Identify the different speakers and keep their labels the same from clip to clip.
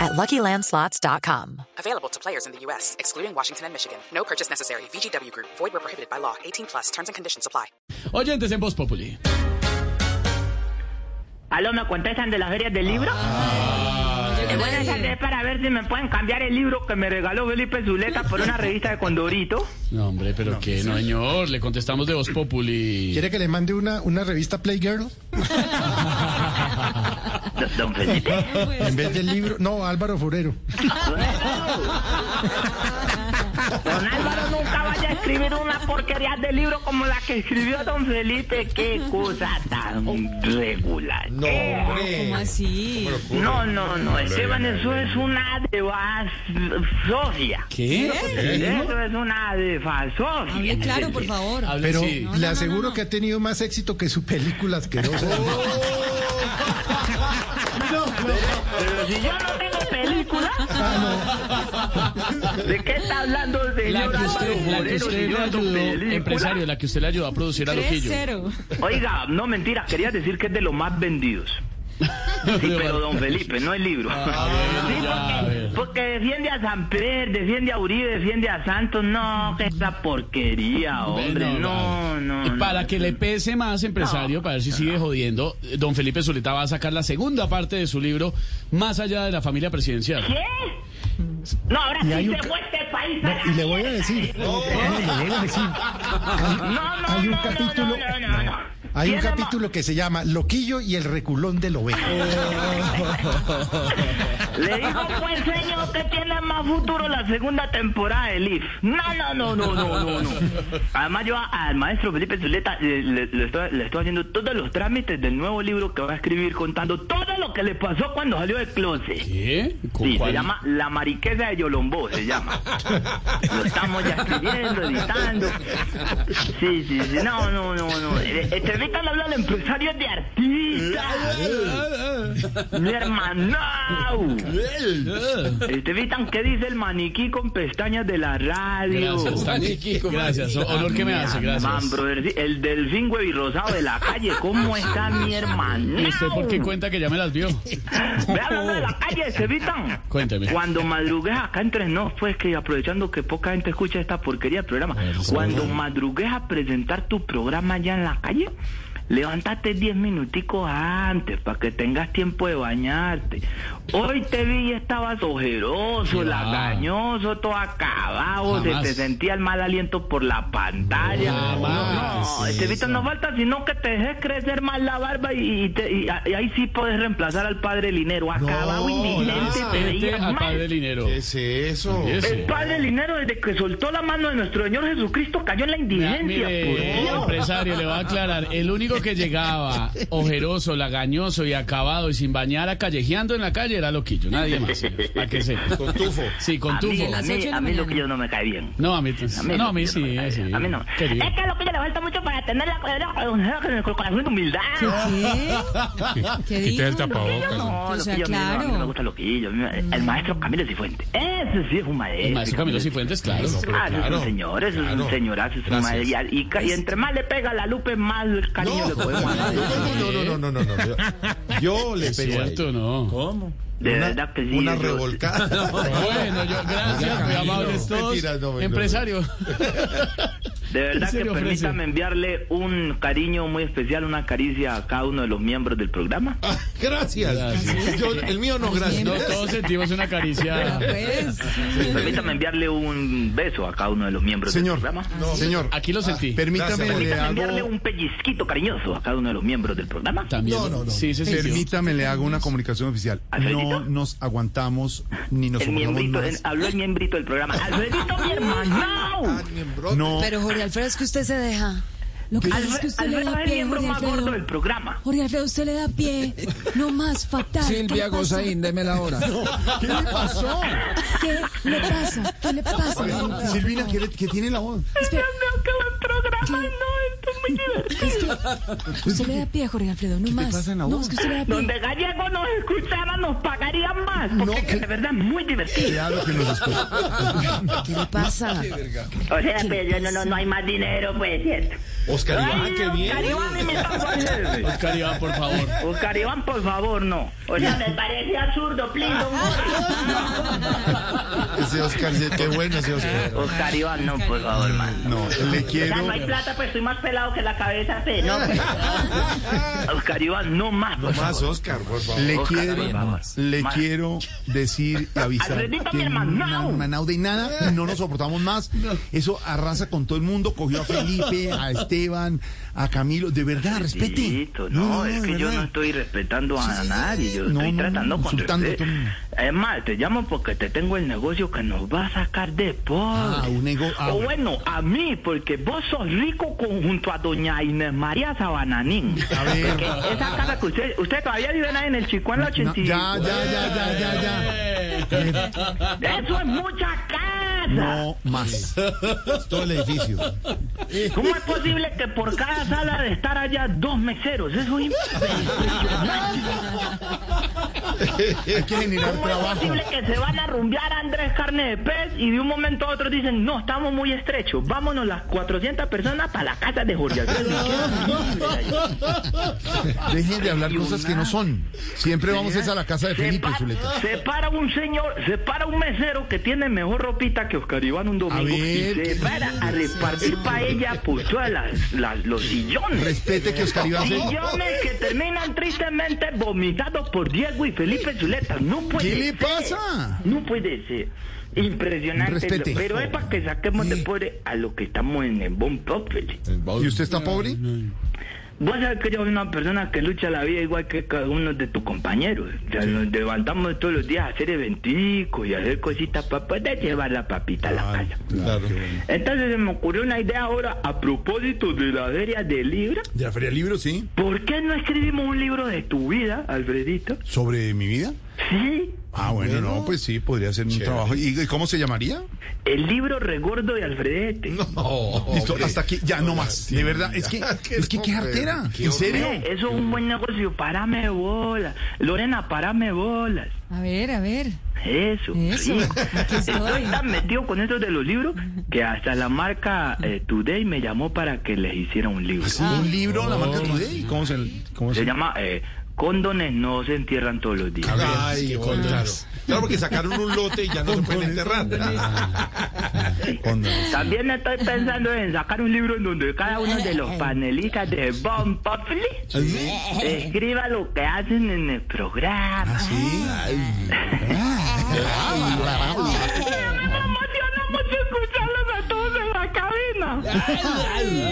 Speaker 1: at luckylandslots.com.
Speaker 2: Available to players in the U.S., excluding Washington and Michigan. No purchase necessary. VGW Group, void were prohibited by law. 18 plus terms and conditions apply.
Speaker 3: Oyentes en Voz Populi.
Speaker 4: Aló, ¿me contestan de las ferias del libro? Eh, buenas tardes, para ver si me pueden cambiar el libro que me regaló Felipe Zuleta por una revista de Condorito.
Speaker 3: No, hombre, pero que no, señor. Le contestamos de Voz Populi.
Speaker 5: ¿Quiere que le mande una, una revista Playgirl?
Speaker 4: Do- Don Felipe.
Speaker 5: En vez del libro. No, Álvaro Forero.
Speaker 4: Don Álvaro nunca vaya a escribir una porquería de libro como la que escribió Don Felipe. Qué cosa tan regular. Eh,
Speaker 6: Así.
Speaker 4: No, no, no, Esteban, eso es una devasofia.
Speaker 3: ¿Qué?
Speaker 4: Eso es una
Speaker 6: Hable
Speaker 4: devasofia.
Speaker 6: claro, por favor.
Speaker 3: Hable,
Speaker 5: Pero
Speaker 3: sí.
Speaker 5: le aseguro que ha tenido más éxito que su película asquerosa.
Speaker 4: Pero si yo no tengo película, Ah, ¿de qué está hablando el
Speaker 3: La
Speaker 4: señor
Speaker 3: que
Speaker 4: Álvaro
Speaker 3: usted, la que
Speaker 4: Moreno si
Speaker 3: usted le
Speaker 4: yo no tengo
Speaker 3: ayudó,
Speaker 4: película?
Speaker 3: empresario, la que usted le ayudó a producir a Loquillo.
Speaker 6: 3-0.
Speaker 4: Oiga, no mentira, quería decir que es de los más vendidos. Sí, pero don Felipe, no el libro.
Speaker 3: Ah.
Speaker 4: Sí,
Speaker 3: ya,
Speaker 4: porque-
Speaker 3: a ver.
Speaker 4: porque defiende a Samper, defiende a Uribe, defiende a Santos. No, que esa porquería, hombre.
Speaker 3: Bueno,
Speaker 4: No,
Speaker 3: vale.
Speaker 4: no.
Speaker 3: Y
Speaker 4: no.
Speaker 3: para que le pese más, empresario, para ver si sigue jodiendo, eh, don Felipe Zuleta va a sacar la segunda parte de su libro, Más allá de la familia presidencial.
Speaker 4: ¿Qué? No, ahora sí
Speaker 5: hay
Speaker 4: se
Speaker 5: un ca-
Speaker 4: fue este país. a
Speaker 5: No,
Speaker 4: la
Speaker 5: y le voy a decir. no, le voy a decir. Hay,
Speaker 4: No, no,
Speaker 5: hay un
Speaker 4: no, no,
Speaker 5: capítulo.
Speaker 4: no, no, no, no.
Speaker 5: Hay un
Speaker 4: Tiene ma-
Speaker 5: capítulo que se llama Loquillo y el reculón del ovejo.
Speaker 4: Le dijo pues señor que tiene más futuro la segunda temporada de Leaf. No, no, no, no, no, no, no. Además yo a- al maestro Felipe Zuleta eh, le, le estoy, le estoy haciendo todos los trámites del nuevo libro que va a escribir contando todo lo que le pasó cuando salió del closet.
Speaker 3: ¿Qué? ¿Con
Speaker 4: Sí, se
Speaker 3: cuál?
Speaker 4: llama La Mariquesa de Yolombó, se llama. Lo estamos ya escribiendo, editando. Sí, sí, sí, no, no, no, no. Eh, Este Víctor le habla al empresario de artistas. Mi hermano. Este Vitan, ¿qué dice el maniquí con pestañas de la radio?
Speaker 3: Gracias, Tani. Gracias, honor que me hace,
Speaker 4: Man,
Speaker 3: gracias.
Speaker 4: brother, sí, el delfín huevirrosado de la calle, ¿cómo está mi hermano?
Speaker 3: ¿Y usted por qué cuenta que ya me las vio?
Speaker 4: Ve hablando de la calle, este Vitan.
Speaker 3: Cuénteme.
Speaker 4: Cuando madrugué acá entre no, pues que aprovechando que poca gente escucha esta porquería de programa, cuando madrugué a presentar tu programa allá en la calle, levántate 10 minuticos antes para que tengas tiempo de bañarte. Hoy te vi y estabas ojeroso,
Speaker 3: Sí, va.
Speaker 4: lagañoso, todo acabado, se
Speaker 3: Jamás.
Speaker 4: te sentía el mal aliento por la pantalla.
Speaker 3: Jamás.
Speaker 4: No, este Vito, no falta sino que te dejes crecer más la barba y, y te- y a- y ahí sí puedes reemplazar al padre Linero. Acabado indigente, te
Speaker 3: Vete
Speaker 4: veías
Speaker 3: al
Speaker 4: mal.
Speaker 3: padre Linero. Oh, ¿Qué es eso?
Speaker 4: El padre Linero, desde que soltó la mano de nuestro Señor Jesucristo, cayó en la
Speaker 3: Ya,
Speaker 4: indigencia. por
Speaker 3: mire,
Speaker 4: Dios.
Speaker 3: empresario, le voy a aclarar. El único que llegaba ojeroso, lagañoso y acabado y sin bañar, a callejeando en la calle era Loquillo. Nadie más. señor. Para que sepa. Con tufo. Sí, con
Speaker 4: A mí,
Speaker 3: tufo.
Speaker 4: a
Speaker 6: las
Speaker 4: mí,
Speaker 6: ocho de la
Speaker 4: a mí lo
Speaker 6: mañana.
Speaker 4: que yo no me cae bien.
Speaker 3: No, a mí, t-
Speaker 4: mí
Speaker 3: no,
Speaker 4: no,
Speaker 3: a mí
Speaker 4: yo no
Speaker 3: sí,
Speaker 4: me cae
Speaker 3: sí.
Speaker 4: bien. A mí no. Eh,
Speaker 3: Querido.
Speaker 4: Es que lo que yo le falta mucho para tener la, el corazón de humildad.
Speaker 6: ¿Qué? ¿Qué dijo?
Speaker 7: Quita el tapabocas.
Speaker 4: No,
Speaker 6: O sea,
Speaker 4: loquillo, a mí no, a mí no
Speaker 6: claro.
Speaker 4: me gusta loquillo. a mí me- El maestro Camilo Cifuentes. Ese sí es un maestro.
Speaker 3: Mm. El maestro Camilo Cifuentes, claro.
Speaker 4: Ah, eso es
Speaker 7: claro,
Speaker 4: un señor, eso es un
Speaker 7: claro.
Speaker 4: señorazo, es un
Speaker 7: Gracias.
Speaker 4: madre- y- Y, ca- y entre más le pega la lupe, más cariño le podemos dar.
Speaker 8: No, no, no, no, no, no. Yo, yo le
Speaker 3: Es
Speaker 8: pego a
Speaker 3: cierto,
Speaker 8: ella.
Speaker 3: no.
Speaker 7: ¿Cómo?
Speaker 4: De verdad que sí.
Speaker 8: Una
Speaker 4: yo-
Speaker 8: revolcada.
Speaker 3: Bueno, yo, gracias, muy amables todos.
Speaker 8: Mentiras, no, no, no.
Speaker 3: Empresario.
Speaker 4: De
Speaker 3: ¿En
Speaker 4: verdad que
Speaker 3: serio, Fresia?
Speaker 4: permítame enviarle un cariño muy especial, una caricia a cada uno de los miembros del programa.
Speaker 8: Ah, Gracias. Yo- el mío no, gracias.
Speaker 3: No, todos sentimos una
Speaker 6: Ah,
Speaker 3: caricia.
Speaker 6: Pues,
Speaker 4: Permítame enviarle un beso a cada uno de los miembros
Speaker 5: Señor.
Speaker 4: del programa.
Speaker 5: Señor,
Speaker 3: Ah,
Speaker 5: Ah,
Speaker 3: Aquí lo sentí.
Speaker 5: permítame, le
Speaker 4: Permítame enviarle
Speaker 5: hago,
Speaker 4: un pellizquito cariñoso a cada uno de los miembros del programa.
Speaker 3: También.
Speaker 8: No, no, no.
Speaker 3: Sí, se sintió.
Speaker 5: permítame, le hago una comunicación oficial.
Speaker 4: ¿Alfredito?
Speaker 5: No nos aguantamos ni nos
Speaker 4: El
Speaker 5: soportamos
Speaker 4: miembrito, el-
Speaker 5: más.
Speaker 4: habló el miembrito del programa. ¡Alfredito, mi hermano! Ah.
Speaker 5: No,
Speaker 6: pero Jorge Alfredo, es que usted se deja.
Speaker 9: Lo que pasa es que
Speaker 4: Alfredo
Speaker 9: usted le da
Speaker 4: Alfredo es el
Speaker 9: pie,
Speaker 4: miembro
Speaker 9: Jorge
Speaker 4: más gordo
Speaker 9: Alfredo.
Speaker 4: del programa.
Speaker 9: Jorge Alfredo, usted le da pie. No más, fatal.
Speaker 7: Silvia
Speaker 9: ¿Qué le pasa?
Speaker 7: Gozaín, deme la hora.
Speaker 5: ¿qué le pasó?
Speaker 9: ¿Qué le pasa? ¿Qué le pasa?
Speaker 5: Silvina, ¿qué, le- qué tiene la voz?
Speaker 9: Espera,
Speaker 4: Dios mío, qué buen programa.
Speaker 9: que-
Speaker 4: esto es muy divertido.
Speaker 9: Es que usted le da pie, Jorge Alfredo, no más.
Speaker 5: pasa en la
Speaker 9: no,
Speaker 5: voz?
Speaker 9: es que usted le da pie.
Speaker 4: Donde Gallego nos escuchara nos pagarían más, porque
Speaker 8: No, que-
Speaker 4: de verdad es muy divertido.
Speaker 8: Claro que nos escucha.
Speaker 6: ¿Qué le pasa?
Speaker 4: O sea, pero yo no, no, no hay más dinero, pues, ¿cierto?
Speaker 8: Oscar
Speaker 4: Ay,
Speaker 8: Iván, Ah, qué
Speaker 4: Oscar
Speaker 8: bien.
Speaker 4: Iván, imitando a Hitler.
Speaker 3: Oscar Iván, por favor.
Speaker 4: Oscar Iván, por favor, no. O sea, me parece absurdo, please, don Jorge.
Speaker 8: Ese Oscar, sí, qué bueno ese Ah, Oscar.
Speaker 4: Oscar Iván, no, por favor, man.
Speaker 8: No, le
Speaker 4: O sea,
Speaker 8: quiero.
Speaker 4: no hay plata, pues estoy más pelado que la cabeza, pues, no. Oscar Iván, no más, por favor.
Speaker 8: Más Oscar, por favor.
Speaker 5: Le
Speaker 4: Ojalá,
Speaker 5: quiero,
Speaker 4: bien, vamos.
Speaker 5: le
Speaker 4: Más.
Speaker 5: quiero decir y avisar
Speaker 4: Alfredito,
Speaker 5: que
Speaker 4: mi hermano.
Speaker 5: na- Manau de nada, no nos soportamos más. Eso arrasa con todo el mundo. Cogió a Felipe, a Esteban, a Camilo. De verdad, respete.
Speaker 4: Tito, No, es
Speaker 5: de
Speaker 4: que yo no
Speaker 5: verdad.
Speaker 4: estoy respetando
Speaker 5: Sí,
Speaker 4: a
Speaker 5: sí, sí.
Speaker 4: nadie, yo
Speaker 5: No,
Speaker 4: estoy
Speaker 5: no, no,
Speaker 4: tratando con
Speaker 5: insultando a todo el mundo.
Speaker 4: Es más, te llamo porque te tengo el negocio que nos va a sacar de pobre.
Speaker 5: Ah, un ego- ah,
Speaker 4: o
Speaker 5: bueno.
Speaker 4: bueno, a mí, porque vos sos rico con- junto a doña Inés María Sabananín.
Speaker 5: A ver.
Speaker 4: Porque esa cara que usted, usted todavía vive ahí en el Chico en la
Speaker 5: No,
Speaker 4: 85.
Speaker 5: ya, ya, ya, ya, ya, ya.
Speaker 4: Eso es mucha casa.
Speaker 5: No más.
Speaker 8: Todo el edificio.
Speaker 4: ¿Cómo es posible que por cada sala de estar allá dos meseros? Eso es impresionante.
Speaker 5: Hay que generar
Speaker 4: ¿Cómo es
Speaker 5: trabajo.
Speaker 4: posible que se van a rumbear a Andrés Carne de Pez y de un momento a otro dicen, no, estamos muy estrechos, vámonos las 400 personas para la casa de Jorge Alfredo?
Speaker 5: Dejen de hablar cosas que no son. Siempre vamos es a la casa de
Speaker 4: Se,
Speaker 5: Felipe,
Speaker 4: pa-
Speaker 5: Zuleta.
Speaker 4: se para un señor, se para un mesero que tiene mejor ropita que Oscar Iván un domingo y
Speaker 5: ver.
Speaker 4: se para a repartir paella por todas las, las- los sillones.
Speaker 5: Respete que Oscar Iván se...
Speaker 4: Sillones que terminan tristemente vomitados por Diego y Felipe Zuleta. No puede
Speaker 5: ¿Qué le
Speaker 4: ser.
Speaker 5: pasa?
Speaker 4: No puede ser. Impresionante.
Speaker 5: Respete.
Speaker 4: Pero es para que saquemos de pobre a lo que estamos en el bon populi.
Speaker 5: ¿Y usted está pobre?
Speaker 4: Vos sabés que yo soy una persona que lucha la vida igual que cada uno de tus compañeros. O sea, nos levantamos todos los días a hacer eventicos y a hacer cositas para poder llevar la papita a la casa.
Speaker 8: Claro.
Speaker 4: Entonces se me ocurrió una idea ahora a propósito de la feria de Libra.
Speaker 5: ¿De la Feria del Libro, sí?
Speaker 4: ¿Por qué no escribimos un libro de tu vida, Alfredito?
Speaker 5: ¿Sobre mi vida?
Speaker 4: Sí,
Speaker 5: Ah, bueno, no, pues sí, podría ser un trabajo. ¿Y y cómo se llamaría?
Speaker 4: el libro regordo de Alfredete.
Speaker 5: Oh, Listo, hasta aquí, ya no más. De verdad, es que, es que qué artera. ¿En serio?
Speaker 4: Eso es un buen negocio, parame bolas. Lorena, parame bolas.
Speaker 6: A ver, a ver.
Speaker 4: Eso.
Speaker 6: Eso, aquí estoy.
Speaker 4: Estoy tan metido con eso de los libros que hasta la marca eh, Today me llamó para que les hiciera un libro.
Speaker 5: Un libro, la marca Today. ¿Cómo se, cómo
Speaker 4: Se llama eh, Cóndones no se entierran todos los
Speaker 8: Ah.
Speaker 4: días.
Speaker 8: Ay, claro. Claro, porque sacaron un lote y ya no se pueden enterrar.
Speaker 4: También estoy pensando en sacar un libro en donde cada uno de los panelistas de Bon Populi escriba lo que hacen en el
Speaker 5: Ah,
Speaker 4: programa. Me emociona mucho escucharlos a todos en la cabina.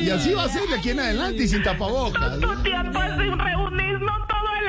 Speaker 5: Y así va a ser de aquí en adelante y sin tapabocas.
Speaker 4: Tanto tiempo sin reunirnos todo el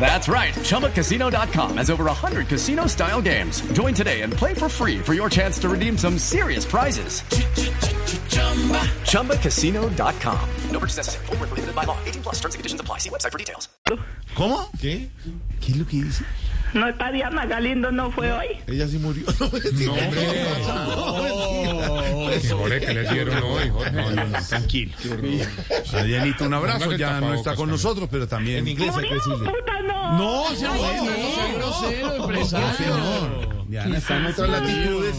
Speaker 7: That's right. ChumbaCasino.com has over 100 casino style games. Join today and play for free for your chance to redeem some serious prizes. ChumbaCasino.com. No purchase necessary. Void where prohibited by law. 18 plus terms and conditions apply. See website for details.
Speaker 5: ¿Cómo?
Speaker 8: ¿Qué?
Speaker 5: ¿Qué es lo que dice?
Speaker 4: No está Diana Galindo, no fue hoy.
Speaker 8: Ella sí murió. No,
Speaker 5: que le dieron hoy. Tranquilo. A Dianita, un abrazo. Ya no está con nosotros, pero
Speaker 8: En
Speaker 5: también.
Speaker 8: inglés hay que decirle.
Speaker 4: Puta, no.
Speaker 5: No, ya
Speaker 3: Grosero, empresario.
Speaker 5: Diana está en otras latitudes,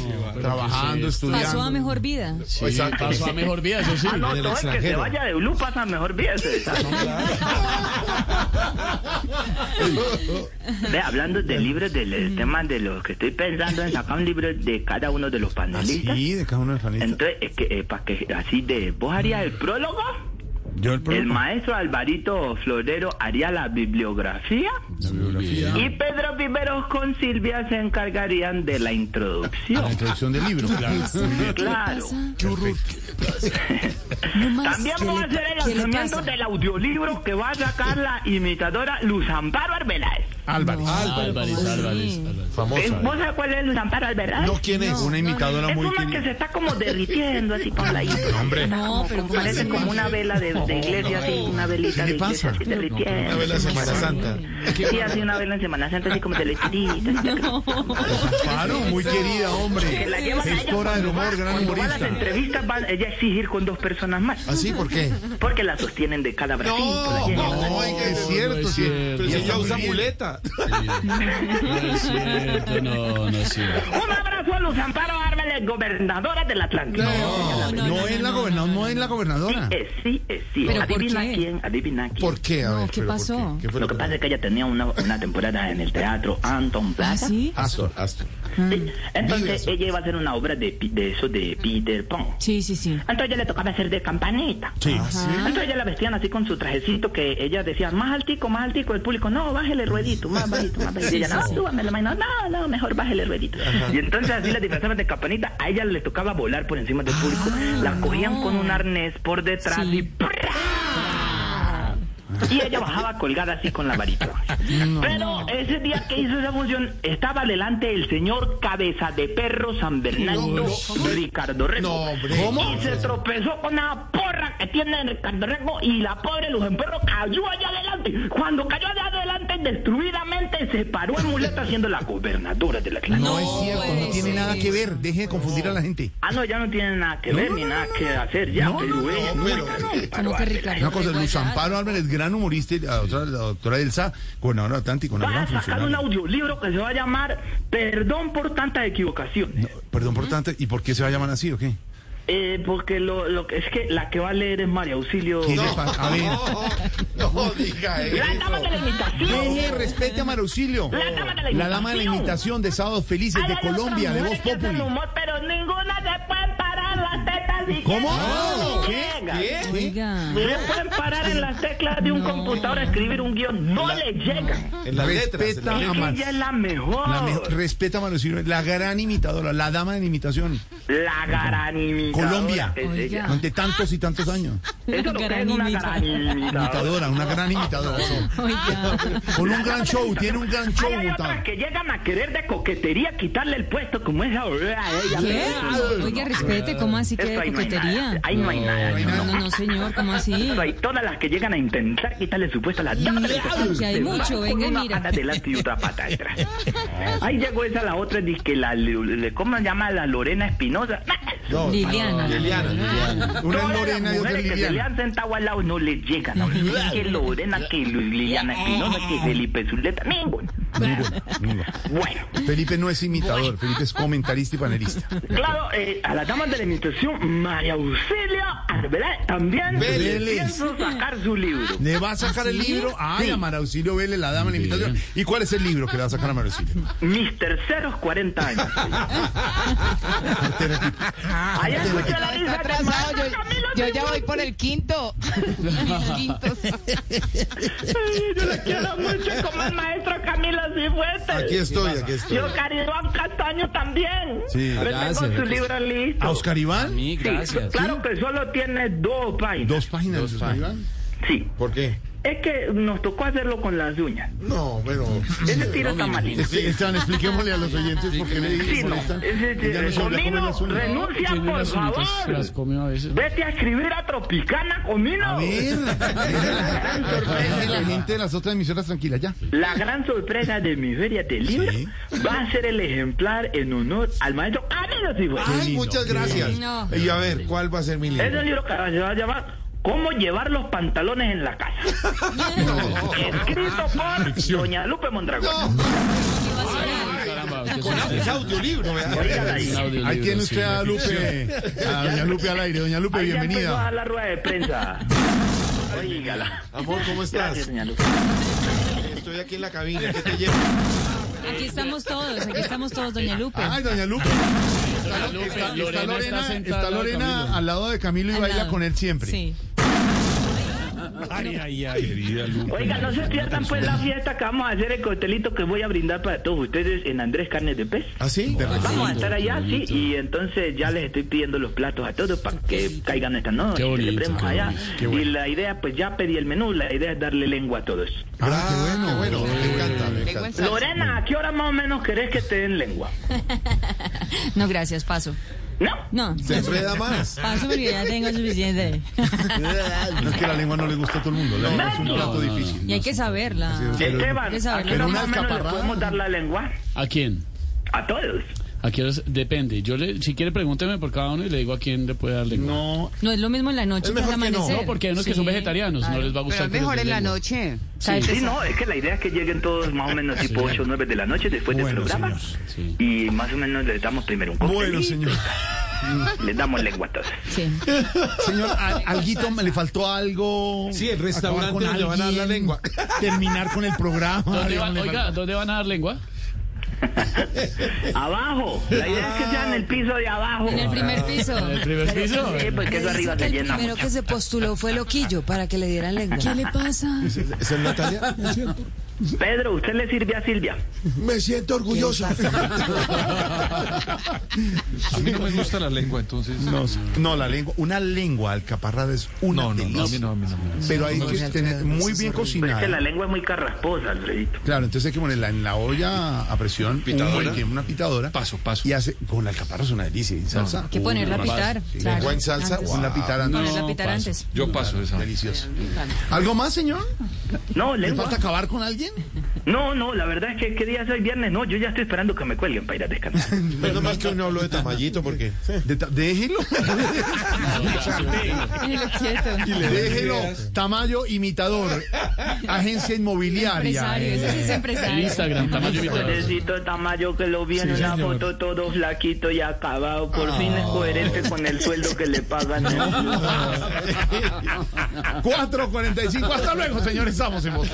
Speaker 6: Pasó
Speaker 5: trabajando,
Speaker 6: a
Speaker 5: estudiando.
Speaker 6: mejor vida.
Speaker 8: Exacto.
Speaker 3: Pasó a mejor vida, eso sí.
Speaker 4: Ah, no,
Speaker 8: del
Speaker 4: todo el que se
Speaker 8: extranjero. Ah,
Speaker 4: vaya de Blue pasa mejor vida. ese está. Ve, hablando de libros, del eh, tema de los que estoy pensando en sacar un libro de cada uno de los
Speaker 8: Ah,
Speaker 4: panelistas.
Speaker 5: Sí, de cada uno de los panelistas.
Speaker 4: Entonces, es que, eh, para que así de. ¿Vos harías el prólogo?
Speaker 10: Yo el
Speaker 4: El maestro Alvarito Florero haría la bibliografía. Y Pedro Viveros con Silvia se encargarían de la introducción.
Speaker 8: Ah,
Speaker 5: La introducción del libro. Claro.
Speaker 4: Claro. También vamos a hacer el
Speaker 6: ¿Qué le
Speaker 4: lanzamiento
Speaker 6: pasa?
Speaker 4: del audiolibro que va a sacar la imitadora Luz Amparo Arbeláez.
Speaker 5: Álvarez.
Speaker 3: Álvarez, Álvarez.
Speaker 4: ¿Eh?
Speaker 8: Famosa.
Speaker 4: ¿Vos sabés cuál es Luz Amparo Arbeláez?
Speaker 8: No, ¿quién es?
Speaker 5: Una imitadora
Speaker 4: es
Speaker 5: muy
Speaker 4: una que
Speaker 5: querida.
Speaker 4: se está como derritiendo así por la isla.
Speaker 8: Hombre.
Speaker 6: No, pero ¿cómo
Speaker 4: Parece
Speaker 6: así?
Speaker 4: como una vela de, de iglesia, así, una velita
Speaker 5: ¿Qué
Speaker 4: de
Speaker 5: le pasa?
Speaker 4: iglesia, así derritiendo.
Speaker 8: Una vela de Semana Santa.
Speaker 4: Sí, así una vela en Semana Santa, así como de lecherita. así.
Speaker 5: Claro, muy querida,
Speaker 4: Que
Speaker 5: hombre.
Speaker 4: la llevan a ella
Speaker 5: Gestora del
Speaker 4: cuando
Speaker 5: humor,
Speaker 4: va- cuando
Speaker 5: gran
Speaker 4: va a
Speaker 5: humorista.
Speaker 4: las entrevistas van ella a exigir con dos personas más.
Speaker 5: ¿Así? ¿Por qué?
Speaker 4: Porque la sostienen de cada bracito. la llevan.
Speaker 5: No, es cierto.
Speaker 3: es
Speaker 5: sí.
Speaker 3: cierto.
Speaker 8: Pero si
Speaker 5: Y está
Speaker 8: ella
Speaker 5: muy
Speaker 8: usa
Speaker 5: bien.
Speaker 8: muleta.
Speaker 3: Eh, No es cierto, no, no es cierto.
Speaker 4: Un abrazo a Luz Amparo Árboles, gobernadora del Atlántico.
Speaker 5: No, no es la gobernadora, no es la gobernadora.
Speaker 4: Eh, sí, eh, sí.
Speaker 6: ¿Pero por
Speaker 4: adivina
Speaker 6: qué?
Speaker 4: quién, adivina quién.
Speaker 5: ¿Por qué? A
Speaker 6: No,
Speaker 5: ver,
Speaker 6: ¿qué
Speaker 5: pero ¿por
Speaker 6: pasó?
Speaker 5: qué? ¿Qué fue
Speaker 4: Lo que pasa es que ella tenía una, una temporada en el teatro Anton
Speaker 6: ¿Ah,
Speaker 4: Plaza.
Speaker 6: sí?
Speaker 5: Astor.
Speaker 8: Astor.
Speaker 4: Sí. Entonces
Speaker 5: Vive.
Speaker 4: ella iba a hacer una obra de, pi- de eso de Peter Pan.
Speaker 6: Sí, sí, sí.
Speaker 4: Entonces ella le tocaba hacer de campanita.
Speaker 5: Sí.
Speaker 4: Entonces ella la vestían así con su trajecito que ella decía, más altico, más altico. El público, no, bájele ruedito, más bajito, más bajito. Y ella, no, súbame la mano, no, no, mejor bájele ruedito. Y entonces así la disfrazaban de campanita. A ella le tocaba volar por encima del público. La cogían con un arnés por detrás y ¡prá! Y ella bajaba colgada así con la varita. Pero ese día que hizo esa función, estaba delante el señor Cabeza de Perro San Bernardo Ricardo Rego. Y se tropezó con una porra que tiene Ricardo Rego y la pobre Luz en Perro cayó allá adelante. Cuando cayó allá adelante, destruidamente se paró en muleta siendo la gobernadora de la clase.
Speaker 5: No es cierto, no tiene nada que ver. Deje de confundir a la gente.
Speaker 4: Ah, no, ya no tiene nada que ver ni nada que hacer ya, pero ella nunca se paró
Speaker 6: Como
Speaker 4: a
Speaker 6: que Ricardo.
Speaker 5: Una cosa, Luz
Speaker 6: Igualdad.
Speaker 5: Amparo Álvarez, gran humorista, y la otra, la doctora Elsa, gobernadora del Atlántico, una
Speaker 4: Va
Speaker 5: gran
Speaker 4: a sacar un
Speaker 5: funcionaria.
Speaker 4: audiolibro que se va a llamar Perdón por tantas equivocaciones.
Speaker 5: Perdón por tanto, ¿y por qué se va a llamar así o qué?
Speaker 4: Eh, porque lo, lo que es que la que va a leer es María Auxilio.
Speaker 5: ¿Qué le pasa? A ver,
Speaker 8: No, no diga
Speaker 4: La
Speaker 8: eso.
Speaker 4: dama de la
Speaker 5: deje,
Speaker 4: imitación.
Speaker 5: respete a Marausilio.
Speaker 4: La dama de la
Speaker 5: La dama de la imitación de Sábados Felices,
Speaker 4: Hay
Speaker 5: de
Speaker 4: otras
Speaker 5: Colombia, de Voz
Speaker 4: mujeres que hacen
Speaker 5: Populi.
Speaker 4: humor, pero ninguna se pueden parar las tetas. ni
Speaker 5: ¿Cómo?
Speaker 4: que- Llega.
Speaker 6: Oiga.
Speaker 4: No se pueden parar en las teclas de un computador a escribir un guión. No le llegan.
Speaker 8: En las letras. en
Speaker 5: Respeta
Speaker 8: las
Speaker 5: a
Speaker 8: letras.
Speaker 5: Mar-
Speaker 4: Ella es la mejor.
Speaker 5: la
Speaker 4: La,
Speaker 5: mejor- respeta a Marausilio, la gran imitadora, la dama de la imitación.
Speaker 4: gran imitadora
Speaker 5: Colombia.
Speaker 4: es ella.
Speaker 6: Oiga.
Speaker 5: Durante tantos y tantos años.
Speaker 4: Eso es lo que es una gran imitadora.
Speaker 5: Imitadora, una gran imitadora. sí.
Speaker 6: Oiga.
Speaker 5: Con un gran show, tiene un gran show
Speaker 4: Ay, hay otras
Speaker 5: montado.
Speaker 4: que llegan a querer de coquetería quitarle el puesto como esa obrera a ella.
Speaker 6: ¿Qué?
Speaker 4: Eso no,
Speaker 6: Oiga, respete, ¿cómo así que
Speaker 4: eso
Speaker 6: de
Speaker 4: ahí no hay nada.
Speaker 6: coquetería?
Speaker 4: Ahí no hay nada.
Speaker 5: hay
Speaker 6: No, no, señor, ¿cómo así?
Speaker 4: Eso hay todas las que llegan a intentar quitarle su puesto a la dama de la casa.
Speaker 6: Que hay
Speaker 4: Se
Speaker 6: mucho,
Speaker 4: van
Speaker 6: venga,
Speaker 4: con una
Speaker 6: mira.
Speaker 4: pata adelante y otra pata atrás. Ahí llegó esa, la otra, dice que la, le- ¿cómo se llama? La Lorena Espinosa.
Speaker 8: No,
Speaker 6: Liliana.
Speaker 8: Liliana, Liliana.
Speaker 5: Una es
Speaker 4: Todas las
Speaker 5: Lorena y otra
Speaker 4: mujeres
Speaker 5: es
Speaker 4: que se le
Speaker 5: Liliana.
Speaker 4: han sentado al lado no le llegan. a Lorena. Que Lorena, que Liliana Espinosa, que Felipe Zuleta. Ninguno.
Speaker 5: Ninguno, ninguno.
Speaker 4: Bueno.
Speaker 5: Felipe no es imitador, Felipe es comentarista y panelista.
Speaker 4: Claro, eh, a la dama de la administración, María Auxilia Arbeláez, también
Speaker 5: Vélez.
Speaker 4: pienso sacar su libro.
Speaker 5: ¿Le va a
Speaker 4: ¿Ah,
Speaker 5: sacar el libro? Ay, a Marausilio Vélez, la dama de la imitación. ¿Y cuál es el libro que le va a sacar a Marausilio?
Speaker 4: Mis terceros 40 años. Allá escucha la risa del maestro Camilo Cifuentes.
Speaker 11: por el quinto.
Speaker 4: Ay, Yo la quiero mucho como el maestro Camilo Cifuentes.
Speaker 8: Aquí estoy, aquí estoy.
Speaker 4: Yo, Caridón Castaño también.
Speaker 5: Sí, Ah,
Speaker 4: Le
Speaker 10: gracias.
Speaker 4: tengo su libro listo.
Speaker 5: ¿A Oscar Iván?
Speaker 10: Sí,
Speaker 4: Sí,
Speaker 10: gracias.
Speaker 4: claro que solo tiene dos páginas.
Speaker 5: Dos páginas de Oscar Iván.
Speaker 4: Sí.
Speaker 8: ¿Por qué?
Speaker 4: Es que nos tocó hacerlo con las uñas.
Speaker 8: No, pero.
Speaker 4: Ese tiro está malito.
Speaker 5: Este- Esteban, expliquémosle a los oyentes por qué le
Speaker 4: Sí,
Speaker 5: digo
Speaker 4: no.
Speaker 5: molesta.
Speaker 4: Ese-
Speaker 5: Ella no se volvió a poner
Speaker 4: Comino,
Speaker 5: las uñas.
Speaker 4: renuncia,
Speaker 3: Tiene
Speaker 4: por
Speaker 3: unas uñitas, se las
Speaker 4: favor.
Speaker 3: comió a veces.
Speaker 4: Vete a escribir a Tropicana, Comino.
Speaker 5: A ver, deje la gente de las otras emisoras tranquila ya.
Speaker 4: La gran sorpresa de mi feria de libro
Speaker 5: Sí.
Speaker 4: va a ser el ejemplar en honor al maestro Camilo
Speaker 5: Ah.
Speaker 4: Cifuentes.
Speaker 8: Ay, muchas gracias.
Speaker 6: No.
Speaker 8: Y a ver, ¿cuál va a ser mi
Speaker 4: Es el
Speaker 8: libro?
Speaker 4: libro que se va a llamar ¿Cómo llevar los pantalones en la casa? Escrito por Doña Lupe Mondragón.
Speaker 3: Caramba, qué
Speaker 8: Ah, es audiolibro,
Speaker 4: Oigan
Speaker 8: ¿verdad?
Speaker 4: ahí.
Speaker 3: susto. Audio
Speaker 5: Ahí
Speaker 3: libro,
Speaker 5: tiene
Speaker 3: sí,
Speaker 5: usted a Lupe, a doña Lupe al aire. Doña Lupe,
Speaker 4: Ahí ya empezó a
Speaker 5: bienvenida.
Speaker 4: dar la rueda de prensa. Oígala.
Speaker 8: Amor, ¿cómo
Speaker 4: Gracias,
Speaker 8: estás?
Speaker 4: doña Lupe.
Speaker 8: Estoy aquí en la cabina. ¿Qué te llevo?
Speaker 6: Aquí estamos todos, aquí estamos todos, doña Lupe.
Speaker 4: Ah,
Speaker 5: Ay, doña Lupe.
Speaker 3: Doña Lupe,
Speaker 5: Está
Speaker 3: Lorena está
Speaker 5: Lorena,
Speaker 3: sentada
Speaker 5: está
Speaker 3: al lado de
Speaker 5: Lorena
Speaker 3: Camilo.
Speaker 5: al lado de Camilo y
Speaker 6: Al
Speaker 5: baila
Speaker 6: lado.
Speaker 5: con él siempre.
Speaker 6: Sí.
Speaker 3: Ay, ay, ay. Querida Lupe.
Speaker 4: Oiga, no se pierdan pues la fiesta que vamos a hacer el coctelito que voy a brindar para todos ustedes en Andrés Carnes de Pez.
Speaker 8: ¿Ah, sí? Te
Speaker 4: Vamos a
Speaker 8: recibo.
Speaker 4: estar allá, sí, y entonces ya les estoy pidiendo los platos a todos para que caigan esta noche,
Speaker 3: Qué bonito,
Speaker 4: celebremos
Speaker 3: qué
Speaker 4: allá.
Speaker 3: bonito, qué bueno.
Speaker 4: Y la idea, pues ya pedí el menú, la idea es darle lengua a todos.
Speaker 5: Ah, qué bueno.
Speaker 8: Bueno, me encanta, me encanta.
Speaker 4: Lorena, ¿a qué hora más o menos querés que te den lengua?
Speaker 6: No, gracias, paso.
Speaker 4: ¿No?
Speaker 6: No,
Speaker 8: Se enreda más.
Speaker 6: paso porque ya tengo suficiente.
Speaker 5: No es que la lengua no le gusta a todo el mundo. La lengua es un plato
Speaker 6: Y hay
Speaker 5: difícil.
Speaker 6: que saberla.
Speaker 4: Esteban,
Speaker 6: Esa
Speaker 4: ¿a qué
Speaker 6: Pero
Speaker 4: hora
Speaker 5: una
Speaker 4: más o menos le
Speaker 5: escaparrada.
Speaker 4: podemos dar la lengua?
Speaker 3: ¿A quién?
Speaker 4: A todos.
Speaker 3: ¿A quién? Depende. Yo le, si quiere, pregúnteme por cada uno y le digo a quién le puede dar lengua.
Speaker 5: No,
Speaker 6: No es lo mismo en la noche
Speaker 8: Es
Speaker 6: que al
Speaker 8: mejor que no,
Speaker 6: amanecer.
Speaker 3: No, porque hay unos que son
Speaker 6: Sí,
Speaker 3: vegetarianos, no
Speaker 6: claro.
Speaker 3: les va
Speaker 10: Pero
Speaker 3: a gustar.
Speaker 10: es
Speaker 3: que les
Speaker 10: mejor
Speaker 3: den
Speaker 10: en la
Speaker 3: lengua.
Speaker 10: noche.
Speaker 6: Cállate,
Speaker 4: Sí, no, es que la idea es que lleguen todos más o menos tipo 8 o 9 de la noche después del
Speaker 5: Bueno,
Speaker 4: programa.
Speaker 5: señor.
Speaker 3: Sí.
Speaker 4: Y más o menos les damos primero un cóctel.
Speaker 5: bueno, señor.
Speaker 4: Les damos lengua a todos.
Speaker 6: Sí.
Speaker 5: Señor, al- alguito, ¿me le faltó algo?
Speaker 8: Sí, el
Speaker 5: Acabar con
Speaker 8: restaurante le van a dar la
Speaker 5: alguien,
Speaker 8: lengua.
Speaker 5: Terminar con el programa.
Speaker 3: ¿Dónde, van-
Speaker 5: digamos, le
Speaker 3: oiga,
Speaker 5: faltó.
Speaker 3: ¿dónde van a dar lengua?
Speaker 4: Abajo. La idea es que sea en el piso de abajo.
Speaker 6: En el primer piso.
Speaker 3: ¿En el
Speaker 4: Eh,
Speaker 3: primer piso? eh,
Speaker 4: Sí, porque eso arriba te
Speaker 10: El
Speaker 4: llena
Speaker 10: primero
Speaker 4: mucho.
Speaker 10: que se postuló fue Loquillo para que le dieran lengua.
Speaker 9: ¿Qué le pasa?
Speaker 8: ¿Es el Natalia?
Speaker 4: Pedro, ¿usted le sirve a Silvia?
Speaker 8: Me siento orgullosa.
Speaker 11: A mí no me gusta la lengua, entonces.
Speaker 5: No, no, la lengua, una lengua alcaparrada es una
Speaker 11: no, no, no, a mí
Speaker 5: delicia.
Speaker 11: no, a mí no. a mí
Speaker 5: Pero hay que tener
Speaker 4: Pues
Speaker 5: muy bien
Speaker 4: es que la
Speaker 5: cocinada.
Speaker 4: lengua es muy carrasposa, Alfredito.
Speaker 5: Claro, entonces hay que ponerla en la olla a presión,
Speaker 8: Pitadora.
Speaker 5: un buen tiempo, una pitadora.
Speaker 11: Paso, paso.
Speaker 5: Y hace, con la alcaparra es una delicia. ¿Y salsa?
Speaker 6: Hay que ponerla a
Speaker 5: Uy, no,
Speaker 6: pitar.
Speaker 5: paso, sí.
Speaker 6: claro,
Speaker 8: Lengua en salsa,
Speaker 6: antes.
Speaker 8: guau.
Speaker 5: Una pitarana.
Speaker 6: Ponerla a
Speaker 3: No,
Speaker 6: pitar
Speaker 3: paso.
Speaker 6: antes.
Speaker 11: no. Yo paso esa.
Speaker 5: Delicioso. ¿Algo más, señor?
Speaker 4: No,
Speaker 5: ¿Le
Speaker 4: lengua.
Speaker 5: falta acabar con alguien?
Speaker 4: No, no, la verdad es que ¿qué día es hoy? Viernes. No, yo ya estoy esperando que me cuelguen para ir a descansar.
Speaker 8: Menos mal que hoy no hablo de Tamayito porque.
Speaker 5: De- déjelo. Y le- déjelo. Tamayo imitador. Agencia inmobiliaria.
Speaker 6: Empresario, ese sí es
Speaker 3: En
Speaker 6: empresario.
Speaker 3: Instagram, Tamayo Imitador.
Speaker 4: Pobrecito Tamayo que lo vi en una foto todo flaquito y acabado. Por fin
Speaker 5: Ah.
Speaker 4: es coherente con el sueldo que le pagan.
Speaker 5: 4.45. Hasta luego, señores. Estamos en voz.